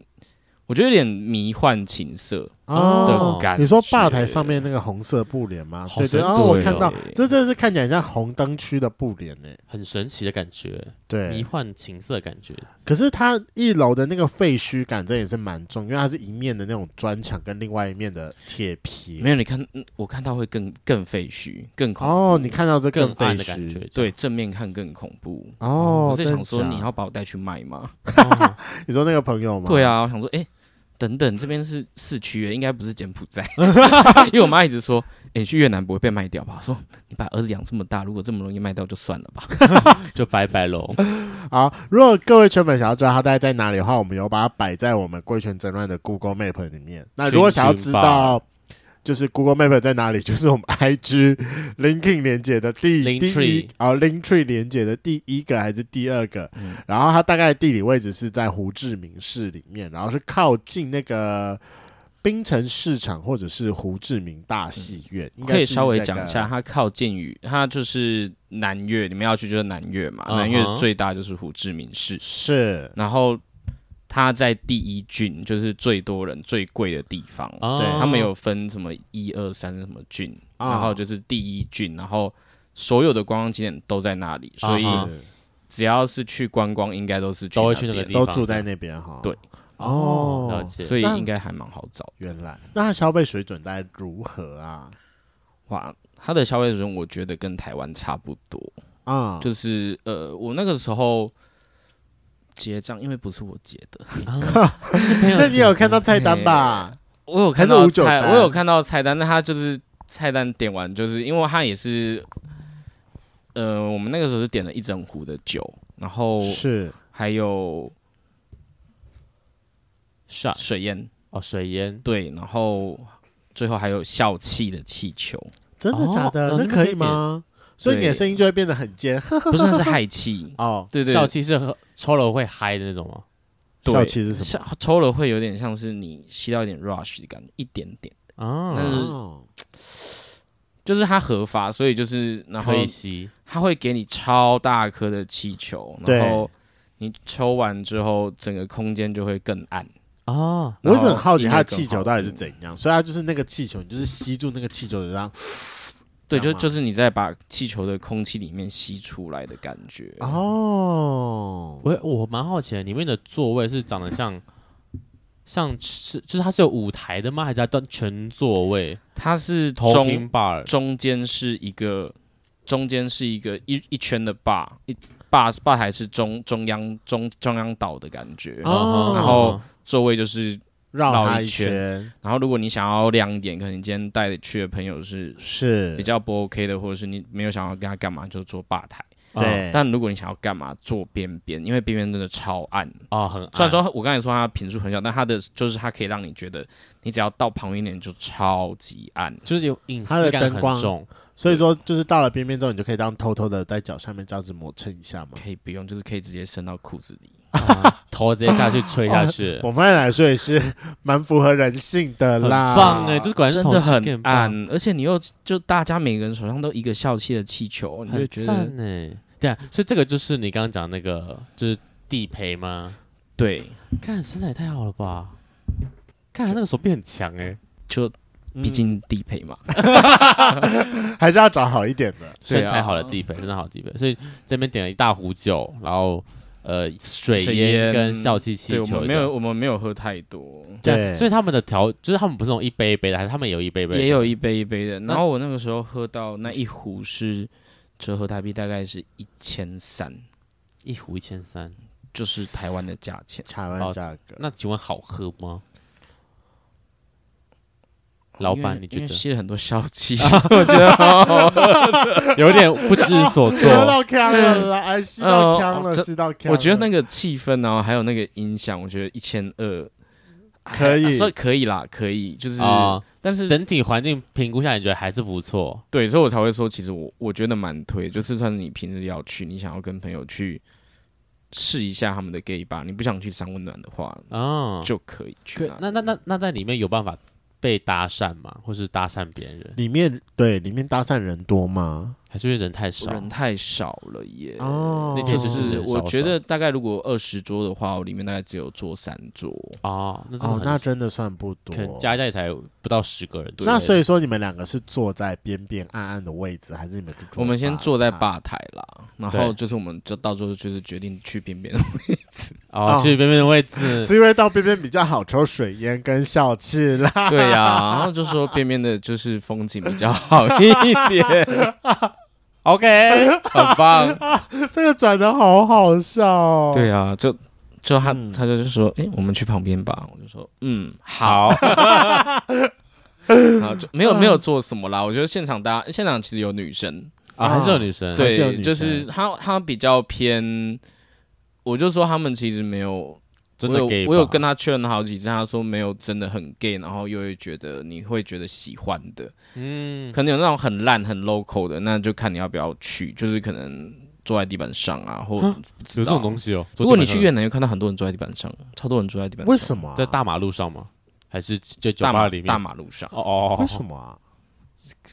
S3: 我觉得有点迷幻情色
S2: 哦
S3: 的感觉。
S2: 你说吧台上面那个红色布帘吗？
S1: 好
S2: 对对，
S1: 神
S2: 然
S1: 奇
S2: 后我
S1: 哦
S2: 看到
S3: 对，
S2: 这真的是看起来像红灯区的布帘呢。
S1: 很神奇的感觉，迷
S2: 对，
S1: 幻情色的感觉，
S2: 可是它一楼的那个废墟感，这也是蛮重，因为它是一面的那种砖墙跟另外一面的铁皮
S3: 没。有，你看，嗯我看到会更更废墟，更恐怖。
S2: 哦，你看到这
S1: 更
S2: 废
S1: 暗的感觉
S2: 墟。。
S3: 对正面看更恐怖。
S2: 哦
S3: 我，在
S2: 真
S3: 想说，
S2: 假
S3: 你要把我带去卖吗？
S1: 这样，哦
S2: 你说那个朋友吗？
S3: 对，啊，我想说，哎、等等，这边是市区耶，应该不是柬埔 寨。因为我妈一直说，哎、你去越南不会被卖掉吧？我说你把儿子养这么大，如果这么容易卖掉，就算了吧。
S1: 哦就拜拜 喽。
S2: 好，如果各位圈粉想要知道它大概在哪里的话，我们有把它摆在我们贵圈争乱的 Google Map 里面。那如果想要知道就是 Google Map 在哪里，就是我们 IG Linking 连接的第
S1: Linktree
S2: 第一哦 Linktree 连接的第一个还是第二个？
S3: 嗯
S2: 然后它大概地理位置是在胡志明市里面，然后是靠近那个。槟城市场或者是胡志明大戏院，应该
S3: 嗯可以
S2: 是
S3: 稍微
S2: 这
S3: 讲
S2: 个
S3: 一下，它靠近于它就是南越，你们要去就是南越嘛。
S1: 嗯哼
S3: 南越最大就是胡志明市，
S2: 是
S3: 然后它在第一郡，就是最多人最贵的地方。
S1: 哦
S2: 对
S3: 他们有分什么一二三什么郡，
S2: 啊
S3: 然后就是第一郡，然后所有的观光景点都在那里，所以
S1: 啊哈
S3: 只要是去观光，应该都是去
S1: 都会去那个
S3: 边
S1: 地
S2: 都
S1: 方
S2: 住在那边哈。
S3: 对，
S1: 哦了
S2: 哦，
S1: 解，
S3: 所以
S2: 那
S3: 应该还蛮好找。
S2: 原来那它消费水准大概如何啊？
S3: 哇，它的消费水准我觉得跟台湾差不多，
S2: 啊、
S3: 就是呃，我那个时候结账，因为不是我结的，
S1: 啊
S2: 那你有看到菜单吧？
S3: 我有看到
S2: 还是599
S3: 菜，
S2: 单
S3: 我有看到菜单，那他就是菜单点完，就是因为他也是，呃，我们那个时候是点了一整壶的酒，然后
S2: 是
S3: 还有
S1: shot
S3: 水烟，
S1: 哦，水烟
S3: 对，然后最后还有笑气的气球，
S2: 真的假
S1: 哦
S2: 的？
S1: 呃
S2: 那可以吗？所以你的声音就会变得很尖，
S3: 不是那是氦 气
S2: 哦。
S3: 对对
S1: 笑气是喝抽了会嗨的那种吗？
S3: 对
S2: 笑气是什
S3: 像抽了会有点像是你吸到一点 rush 的感觉，一点点，但
S1: 啊，
S2: 么？
S3: 是
S2: 哦，
S3: 就是它合法，所以就是然后
S1: 可以吸，
S3: 它会给你超大颗的气球，
S2: 对
S3: 然后你抽完之后，整个空间就会更暗。
S1: 哦，
S2: 我一直
S3: 然
S2: 很
S3: 后
S2: 好奇
S3: 音乐
S2: 它的
S3: 更
S2: 气球
S3: 好
S2: 到底是
S3: 听
S2: 怎样，所以它就是那个气球，你就是吸住那个气球的，然后
S3: 对，就
S2: 干嘛
S3: 就是你在把气球的空气里面吸出来的感觉。
S2: 哦，
S1: 我我蛮好奇的，里面的座位是长得像像是就是它是有舞台的吗？还是它当全座位？
S3: 它是
S1: 头
S3: 中
S1: 屏 bar
S3: 中间是一个中间是一个一一圈的坝，一坝坝台是中中央中中央岛的感觉，
S2: 哦
S3: 然后座位就是。
S2: 绕
S3: 绕
S2: 它
S3: 一
S2: 一
S3: 圈
S2: 圈
S3: 然后，如果你想要亮一点，可能你今天带去的朋友是
S2: 是
S3: 比较不 OK 的，或者是你没有想要跟他干嘛，就坐吧台。
S2: 对，
S3: 但如果你想要干嘛，坐边边，因为边边真的超暗。
S1: 哦，很
S3: 虽然
S1: 暗
S3: 说我刚才说它频数很小，但它的就是它可以让你觉得，你只要到旁边一点就超级暗。
S1: 就是有隐
S2: 它的
S1: 私感
S2: 灯
S1: 很
S2: 光
S1: 重，
S2: 所以说就是到了边边之后，你就可以当偷偷的在脚下面这样子磨蹭一下嘛。
S3: 可以不用，就是可以直接伸到裤子里。
S1: 头直接下去吹下去，
S2: 我发现来说也是蛮符合人性的
S1: 很
S2: 啦，
S1: 棒哎，就是果然是
S3: 真
S1: 同
S3: 的
S1: 志
S3: 很
S1: 更棒
S3: 暗，而且你又就大家每个人手上都一个笑气的气球，你就
S1: 很
S3: 会觉得
S1: 赞哎。对啊，所以这个就是你刚刚讲那个就是地陪吗？
S3: 对，
S1: 看身材也太好了吧！看他那个手臂很强哎，
S3: 就嗯毕竟地陪嘛。
S1: 嗯
S2: 还是要找好一点的。
S3: 对啊
S1: 身材好的地陪，真的好地陪。所以这边点了一大壶酒，然后呃水
S3: 水
S1: 烟
S3: 烟
S1: 跟笑气气
S3: 对，我
S1: 球
S3: 们
S1: 这
S3: 没
S1: 样，
S3: 有，我们没有喝太多，
S1: 这样
S2: 对
S1: 所以他们的调就是他们不是那种一杯一杯的，还是他们也有一杯一杯的？
S3: 也有一杯一杯的。然后我那个时候喝到那
S1: 嗯
S3: 一壶是折合台币大概是一千三，
S1: 一壶一千三。
S3: 就是台湾的价钱。
S2: 台湾价格，
S1: 那请问好喝吗？老
S3: 哦因为
S1: 板，你觉
S3: 因为
S1: 得
S3: 吸了很多 消气，我觉得好好喝。
S1: 有点不知所
S2: 吸
S1: 措？
S2: 到腔了啦，哎，吸到腔了，
S3: 嗯哦这
S2: 吸到腔。
S3: 我觉得那个气氛，然后还有那个音响，我觉得一千二哎啊
S2: 可以
S3: 所以可以啦，可以，就是，
S1: 啊，
S3: 但是
S1: 整体环境评估下，你觉得还是不错。
S3: 对，所以我才会说，其实我我觉得蛮推，就是算是你平日要去，你想要跟朋友去试一下他们的 gay 吧，你不想去三温暖的话，
S1: 哦，
S3: 就啊可以去
S1: 可
S3: 那里。
S1: 那那那那在里面有办法被搭讪吗？或是搭讪别人，
S2: 里面对里面搭讪人多吗？
S1: 还是因为人太少？
S3: 人太少了耶。
S2: 哦
S1: 那，
S3: 就
S1: 天
S3: 是
S1: 是人少
S3: 我觉得大概如果二十桌的话，我里面大概只有坐三桌，
S1: 哦，那真的
S2: 哦
S1: 很，
S2: 那真的算不多
S1: 可。能加一加也才不到十个人。
S2: 那所以说，你们两个是坐在边边暗暗的位置，还是你们去坐
S3: 我们先坐在
S2: 吧
S3: 吧台啦，然后
S1: 对
S3: 就是我们就到最后就是决定去边边，
S1: 哦
S2: 哦，
S1: 去边边的位
S2: 台？
S1: 置，
S2: 是因为到边边比较好抽水烟跟笑气啦。
S3: 对呀、然后就说边边的就是风景比较好一点。
S1: OK，很 棒。
S2: 这个转的好好笑哦。
S3: 对呀、就就他、
S2: 嗯
S3: 他就是说，哎、我们去旁边吧。我就说，嗯， 好。
S1: 好，啊
S3: 然后就没有没有做什么啦。我觉得现场大家现场其实有女生，
S1: 啊，还是有女生。
S2: 还是有女生
S3: 对，就是他他比较偏，我就说他们其实没有。
S1: 真
S3: 我
S1: 的
S3: 有
S1: gay 吧
S3: 我有跟他确认好几次，他说没有真的很 gay，然后又会觉得你会觉得喜欢的，
S1: 嗯，
S3: 可能有那种很烂很 local 的，那就看你要不要去，就是可能坐在地板上啊，或
S1: 哈
S3: 不知
S1: 有这
S3: 道
S1: 种东西哦。
S3: 如果你去越南，又看到很多人坐在地板上，超多人坐在地板上，
S2: 为什么啊、
S1: 在大马路上吗？还是在酒
S3: 大马
S1: 吧里面？
S3: 大马路上，
S1: 哦哦，
S2: 为什
S1: 么？
S2: 么啊？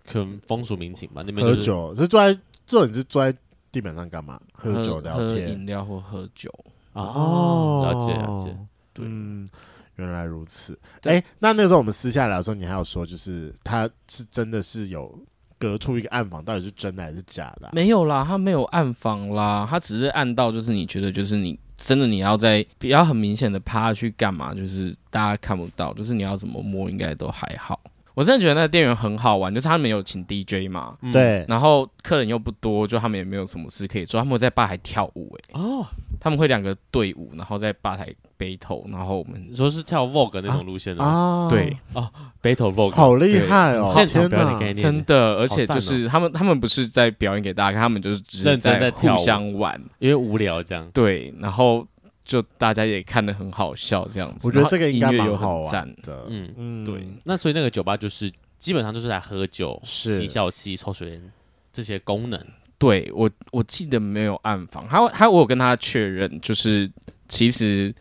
S1: 可能风俗民情吧，那边
S2: 喝
S1: 就是
S2: 酒是坐在这你是坐在地板上干嘛？喝酒聊
S3: 喝
S2: 天
S3: 饮料或喝酒，
S1: 哦，了解了解。。
S3: 对
S2: 嗯，原来如此。哎、
S3: 对
S2: 那那时候我们私下聊的时候，你还有说，就是他是真的是有隔出一个暗房，到底是真的还是假的啊、
S3: 没有啦，他没有暗访啦，他只是暗到就是你觉得就是你真的你要在比较很明显的趴去干嘛，就是大家看不到，就是你要怎么摸应该都还好。我真的觉得那个店员很好玩，就是他们有请 DJ 嘛，
S1: 嗯，
S2: 对，
S3: 然后客人又不多，就他们也没有什么事可以做，他们会在吧台跳舞、欸，
S1: 哦，
S3: 他们会两个队伍，然后在吧台 battle，然后我们
S1: 你说是跳 Vogue 那种路线的吗
S2: 啊，
S3: 对，
S1: ，Battle Vogue，
S2: 好厉害哦！
S1: 现场
S2: 天
S1: 表演
S2: 哪
S1: 的概，念，
S3: 真的，而且
S1: 好赞
S3: 就
S1: 哦
S3: 是他们他们不是在表演给大家看，他们就是只是
S1: 认真
S3: 在
S1: 在跳
S3: 互
S1: 舞
S3: 相玩，
S1: 因为无聊这样。
S3: 对，然后就大家也看得很好笑这样子。
S2: 我觉得这个
S3: 然后
S2: 应该
S3: 音乐
S2: 蛮
S3: 又
S2: 好
S3: 很
S2: 玩
S3: 赞，
S2: 的。
S1: 嗯，
S2: 嗯，
S3: 对
S1: 那所以那个酒吧就是基本上就是来喝酒、
S2: 是
S1: 吸笑气、抽水烟这些功能。
S3: 对我我记得没有暗访，还有还有我有跟他确认，就是其实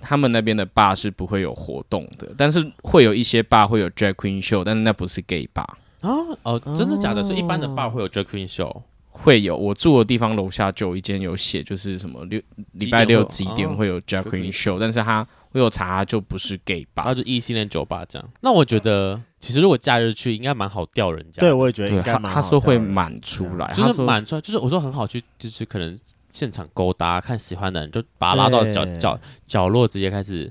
S3: 他们那边的坝是不会有活动的，但是会有一些坝会有 drag queen show，但是那不是 gay 坝。
S1: 哦哦，
S2: 啊
S1: 真的假的？所以一般的 bar 会有 drag queen show，
S3: 会有，我住的地方楼下就有一间有写，就是什么六礼拜六几点会有 drag queen show，但是他我有查，它就不是 gay
S1: 然后
S2: 啊
S3: 吧？
S1: 就异性恋酒吧这样。那我觉得其实如果假日去，应该蛮好钓人家的。
S2: 对，我也觉得
S3: 对，
S2: 应该
S3: 他
S2: 蛮
S3: 他
S2: 好
S3: 说会
S2: 的啊
S3: 满出来，哎他
S1: 就是
S3: 说
S1: 满出来，就是我说很好去，就是可能现场勾搭，看喜欢的人就把他拉到角
S2: 对
S1: 角角落，直接开始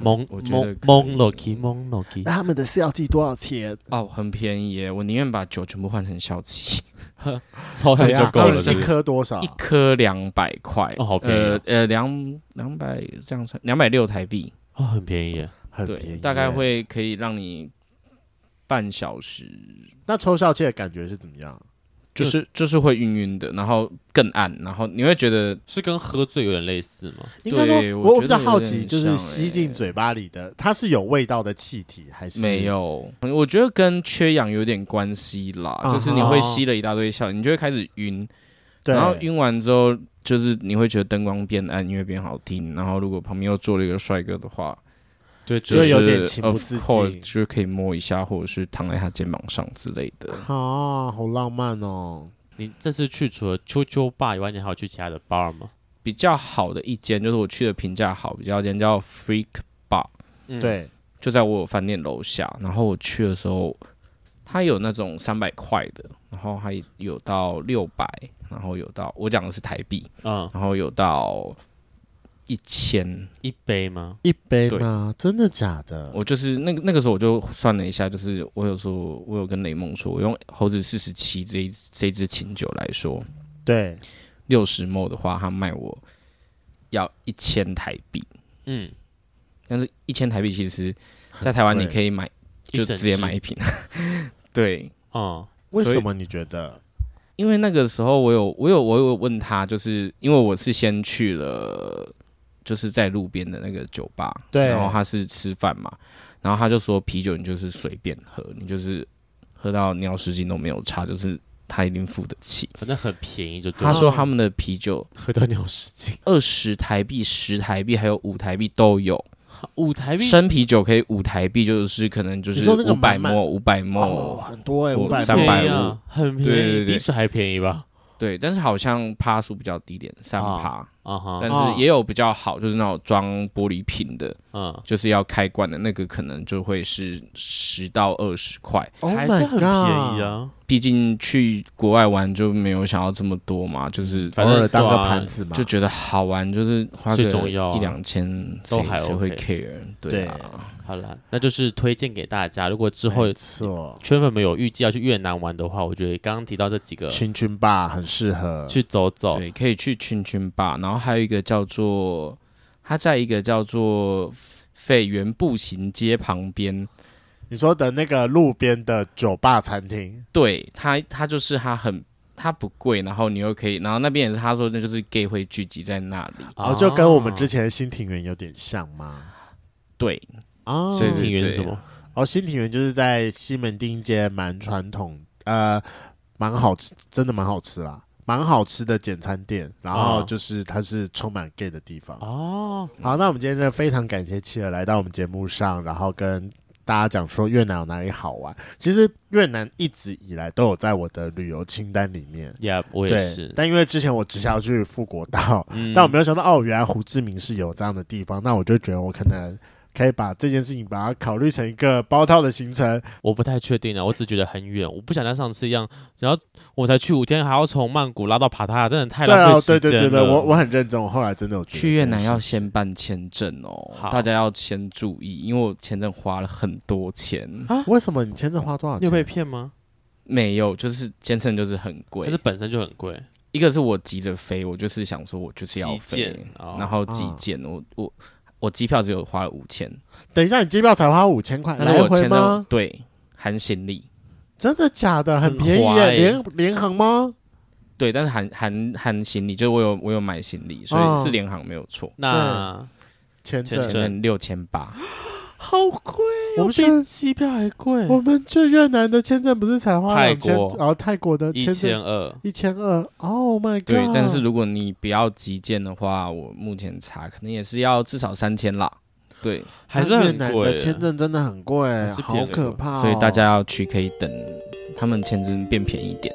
S1: 蒙
S3: 我觉得
S1: 蒙
S3: 可以
S1: 蒙 Loki 蒙 Loki，
S2: 那他们的私药剂多少钱？
S3: 哦，很便宜耶！我宁愿把酒全部换成小七，
S1: 抽下
S2: 怎
S1: 去
S3: 啊
S1: 就
S2: 样？
S1: 够
S2: 他
S1: 了，
S2: 们
S1: 是
S2: 一
S1: 不是
S2: 颗多少
S3: 一？颗两百块，
S1: 哦好便宜哦
S3: 呃呃，两两百这样算两百六台币，
S1: 哦，很便宜耶，
S2: 很便宜
S3: 对，
S2: 耶，
S3: 大概会可以让你半小时，
S2: 那抽笑气的感觉是怎么样？
S3: 就是就是会晕晕的，然后更暗，然后你会觉得
S1: 是跟喝醉有点类似吗？
S2: 应该说，
S3: 我
S2: 我
S3: 觉
S2: 比较
S3: 得
S2: 好
S3: 有点
S2: 奇，就是
S3: 像
S2: 吸
S3: 欸
S2: 进嘴巴里的，它是有味道的气体还是
S3: 没？有，我觉得跟缺氧有点关系啦，
S2: 啊哈
S3: 就是你会吸了一大堆笑，你就会开始晕，
S2: 对，
S3: 然后晕完之后，就是你会觉得灯光变暗，音乐变好听，然后如果旁边又坐了一个帅哥的话，
S1: 对，
S2: 就
S3: 就是
S2: 有点情不自禁
S3: of course 就是可以摸一下，或者是躺在他肩膀上之类的。
S2: 啊，好浪漫哦！
S1: 你这次去除了秋秋吧以外，你还有去其他的 bar 吗？
S3: 比较好的一间就是我去的评价好，比较一间叫 Freak Bar，
S1: 嗯，
S2: 对，
S3: 就在我饭店楼下。然后我去的时候，它有那种三百块的，然后还有到六百，然后有到我讲的是台币，
S1: 嗯，
S3: 然后有到一千。
S1: 一杯吗？
S2: 一杯
S3: 对
S2: 吗？真的假的？
S3: 我就是那个那个时候我就算了一下，就是我有说，我有跟雷梦说，我用猴子四十七这一这一支琴酒来说，
S2: 对，
S3: 六十毛的话，他卖我要一千台币，
S1: 嗯，
S3: 但是一千台币其实，在台湾
S2: 贵
S3: 你可以买，就
S1: 一整
S3: 直接
S1: 支
S3: 买一瓶。 对，
S1: 嗯，
S2: 为
S3: 所以
S2: 什么你觉得？
S3: 因为那个时候我有我有我有问他，就是因为我是先去了，就是在路边的那个酒吧，
S2: 对
S3: 然后他是吃饭嘛，然后他就说啤酒你就是随便喝，你就是喝到尿失禁都没有差，就是。他一定付得起。
S1: 反正很便宜就对了。
S3: 他说他们的啤酒
S1: 喝到尿失禁，
S3: 二十台币、十台币还有五台币都有，
S1: 五台币
S3: 生啤酒可以五台币，就是可能就
S2: 你
S3: 是
S2: 说那个
S3: 五百
S2: 满满
S3: 沫、五百沫
S2: 哦，，很多哎，
S3: 我
S2: 五百
S3: 三百
S1: 便宜
S3: 350
S1: 啊很
S3: 对
S1: 便
S3: 对
S1: 宜，
S3: 对
S1: 比水还便宜吧？
S3: 对，但是好像趴数比较低点，三趴，
S1: 啊哈，
S3: 但是也有比较好，就是那种装玻璃瓶的，
S1: 嗯，
S3: 就是要开罐的那个，可能就会是十到二十块。
S2: ，Oh
S1: 还是
S2: my
S1: 很便宜
S2: god！
S1: 啊。
S3: 毕竟去国外玩就没有想要这么多嘛，就是
S1: 反
S2: 偶
S1: 正
S2: 尔当个
S1: 对啊
S2: 盘子嘛
S3: 就，觉得好玩，就是花
S1: 最
S3: 个
S1: 重要啊
S3: 一两千，
S1: 都
S3: 谁
S1: 还
S3: 谁会
S1: OK
S3: care？对啊，
S1: 好了，那就是推荐给大家，如果之后
S2: 没错，
S1: 圈粉们有预计要去越南玩的话，我觉得刚刚提到这几个
S2: 群群吧很适合。
S1: 去走走，
S3: 对，可以去群群吧，然后还有一个叫做，它在一个叫做费园步行街旁边，
S2: 你说的那个路边的酒吧餐厅，
S3: 对它它就是它很它不贵，然后你又可以，然后那边也是他说那就是 gay 会聚集在那里，
S1: 啊
S2: 然哦后就跟我们之前的新庭园有点像嘛。
S3: 对，
S2: 哦，
S3: 所以
S1: 前庭园是
S3: 对
S1: 什么？
S2: 哦，新庭园就是在西门町街，蛮传统，呃，蛮好吃，真的蛮好吃啦，蛮好吃的简餐店。然后
S1: 啊
S2: 就是它是充满 gay 的地方。
S1: 哦，
S2: 好，那我们今天真的非常感谢企鹅来到我们节目上，然后跟大家讲说越南有哪里好玩。其实越南一直以来都有在我的旅游清单里面。
S1: 呀，我也
S2: 对
S1: 是，。
S2: 但因为之前我只想要去富国道，
S1: 嗯
S2: 但我没有想到哦，原来胡志明是有这样的地方，那我就觉得我可能可以把这件事情把它考虑成一个包套的行程，
S1: 我不太确定啊，我只觉得很远，我不想像上次一样，然后我才去五天，还要从曼谷拉到帕塔亚，真的太
S2: 对
S1: 浪费
S2: 啊，
S1: 时
S2: 对
S1: 间了。
S2: 对对对，我我很认真，我后来真的有觉得
S3: 去越南
S2: 这件事
S3: 要先办签证哦
S1: 好，
S3: 大家要先注意，因为我签证花了很多钱，
S2: 啊为什么你签证花多少
S1: 你有
S2: 钱？
S1: 啊被骗吗？
S3: 没有，就是签证就是很贵
S1: 但是，本身就很贵，
S3: 一个是我急着飞，我就是想说我就是要
S1: 急
S3: 飞
S1: 件，哦
S3: 然后几件，我我我机票只有花了五千，
S2: 等一下，你机票才花五千块
S3: 但是
S2: 来
S3: 我
S2: 回
S3: 签证
S2: 吗？
S3: 对含行李，
S2: 真的假的？很便宜
S1: 很
S2: 耶，
S1: 划欸
S2: 联联航吗？
S3: 对，但是含含含行李，就是我有我有买行李，所
S2: 哦
S3: 以是联航没有错，
S1: 那
S2: 签
S3: 签
S2: 证，
S3: 证六千八，
S2: 哦
S1: 好贵，我
S2: 我们
S1: 比
S2: 去
S1: 机票还贵，
S2: 我们去越南的签证不是才花
S1: 泰
S2: 两
S1: 国
S2: 千，然后泰国的
S1: 一
S2: 签
S1: 千
S2: 证
S1: 二。
S2: 一千二，Oh my god！
S3: 对，但是如果你不要急件的话，我目前查可能也是要至少三千啦，对，
S1: 还是很
S2: 那越南
S1: 贵啊
S2: 的签证真的很贵，
S1: 是
S2: 好
S1: 便宜
S2: 可怕哦、
S3: 所以大家要去可以等他们签证变便宜一点。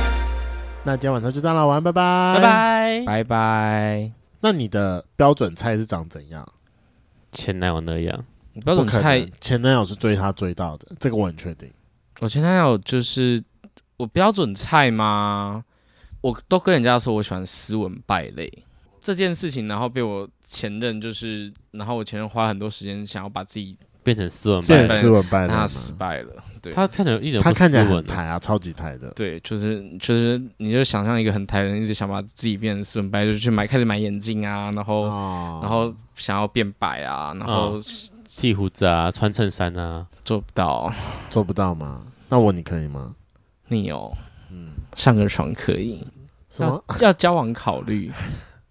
S2: 那今天晚上就这样了，晚安，拜拜，
S1: 拜。拜，
S3: 拜拜。
S2: 那你的标准菜是长怎样？
S1: 前男友那样，
S3: 你标准
S2: 不可
S3: 菜
S2: 能，，前男友是追她追到的，这个我很确定。
S3: 我前男友就是我标准菜吗？我都跟人家说我喜欢斯文败类这件事情，然后被我前任就是，然后我前任花了很多时间想要把自己
S1: 变成斯文
S2: 这
S1: 败
S3: 对
S2: 也
S1: 类。
S2: 斯文败
S3: 让
S2: 类
S3: 他
S2: 吗，
S3: 失败了。对，
S1: 他看起来一点都
S2: 他
S1: 不
S2: 看起来
S1: 斯
S2: 很
S1: 文啊，
S2: 抬啊，超级抬的。
S3: 对，就是就是，你就想象一个很台人，一直想把自己变成斯文败类，就去买开始买眼镜啊，然后、
S2: 哦嗯
S3: 然后想要变白啊，然后
S1: 剃胡子啊，穿衬衫啊，
S3: 做不到。
S2: 做不到吗？那我你可以吗？
S3: 你哦，上个床可以，
S2: 嗯什么？
S3: 要要交往考虑。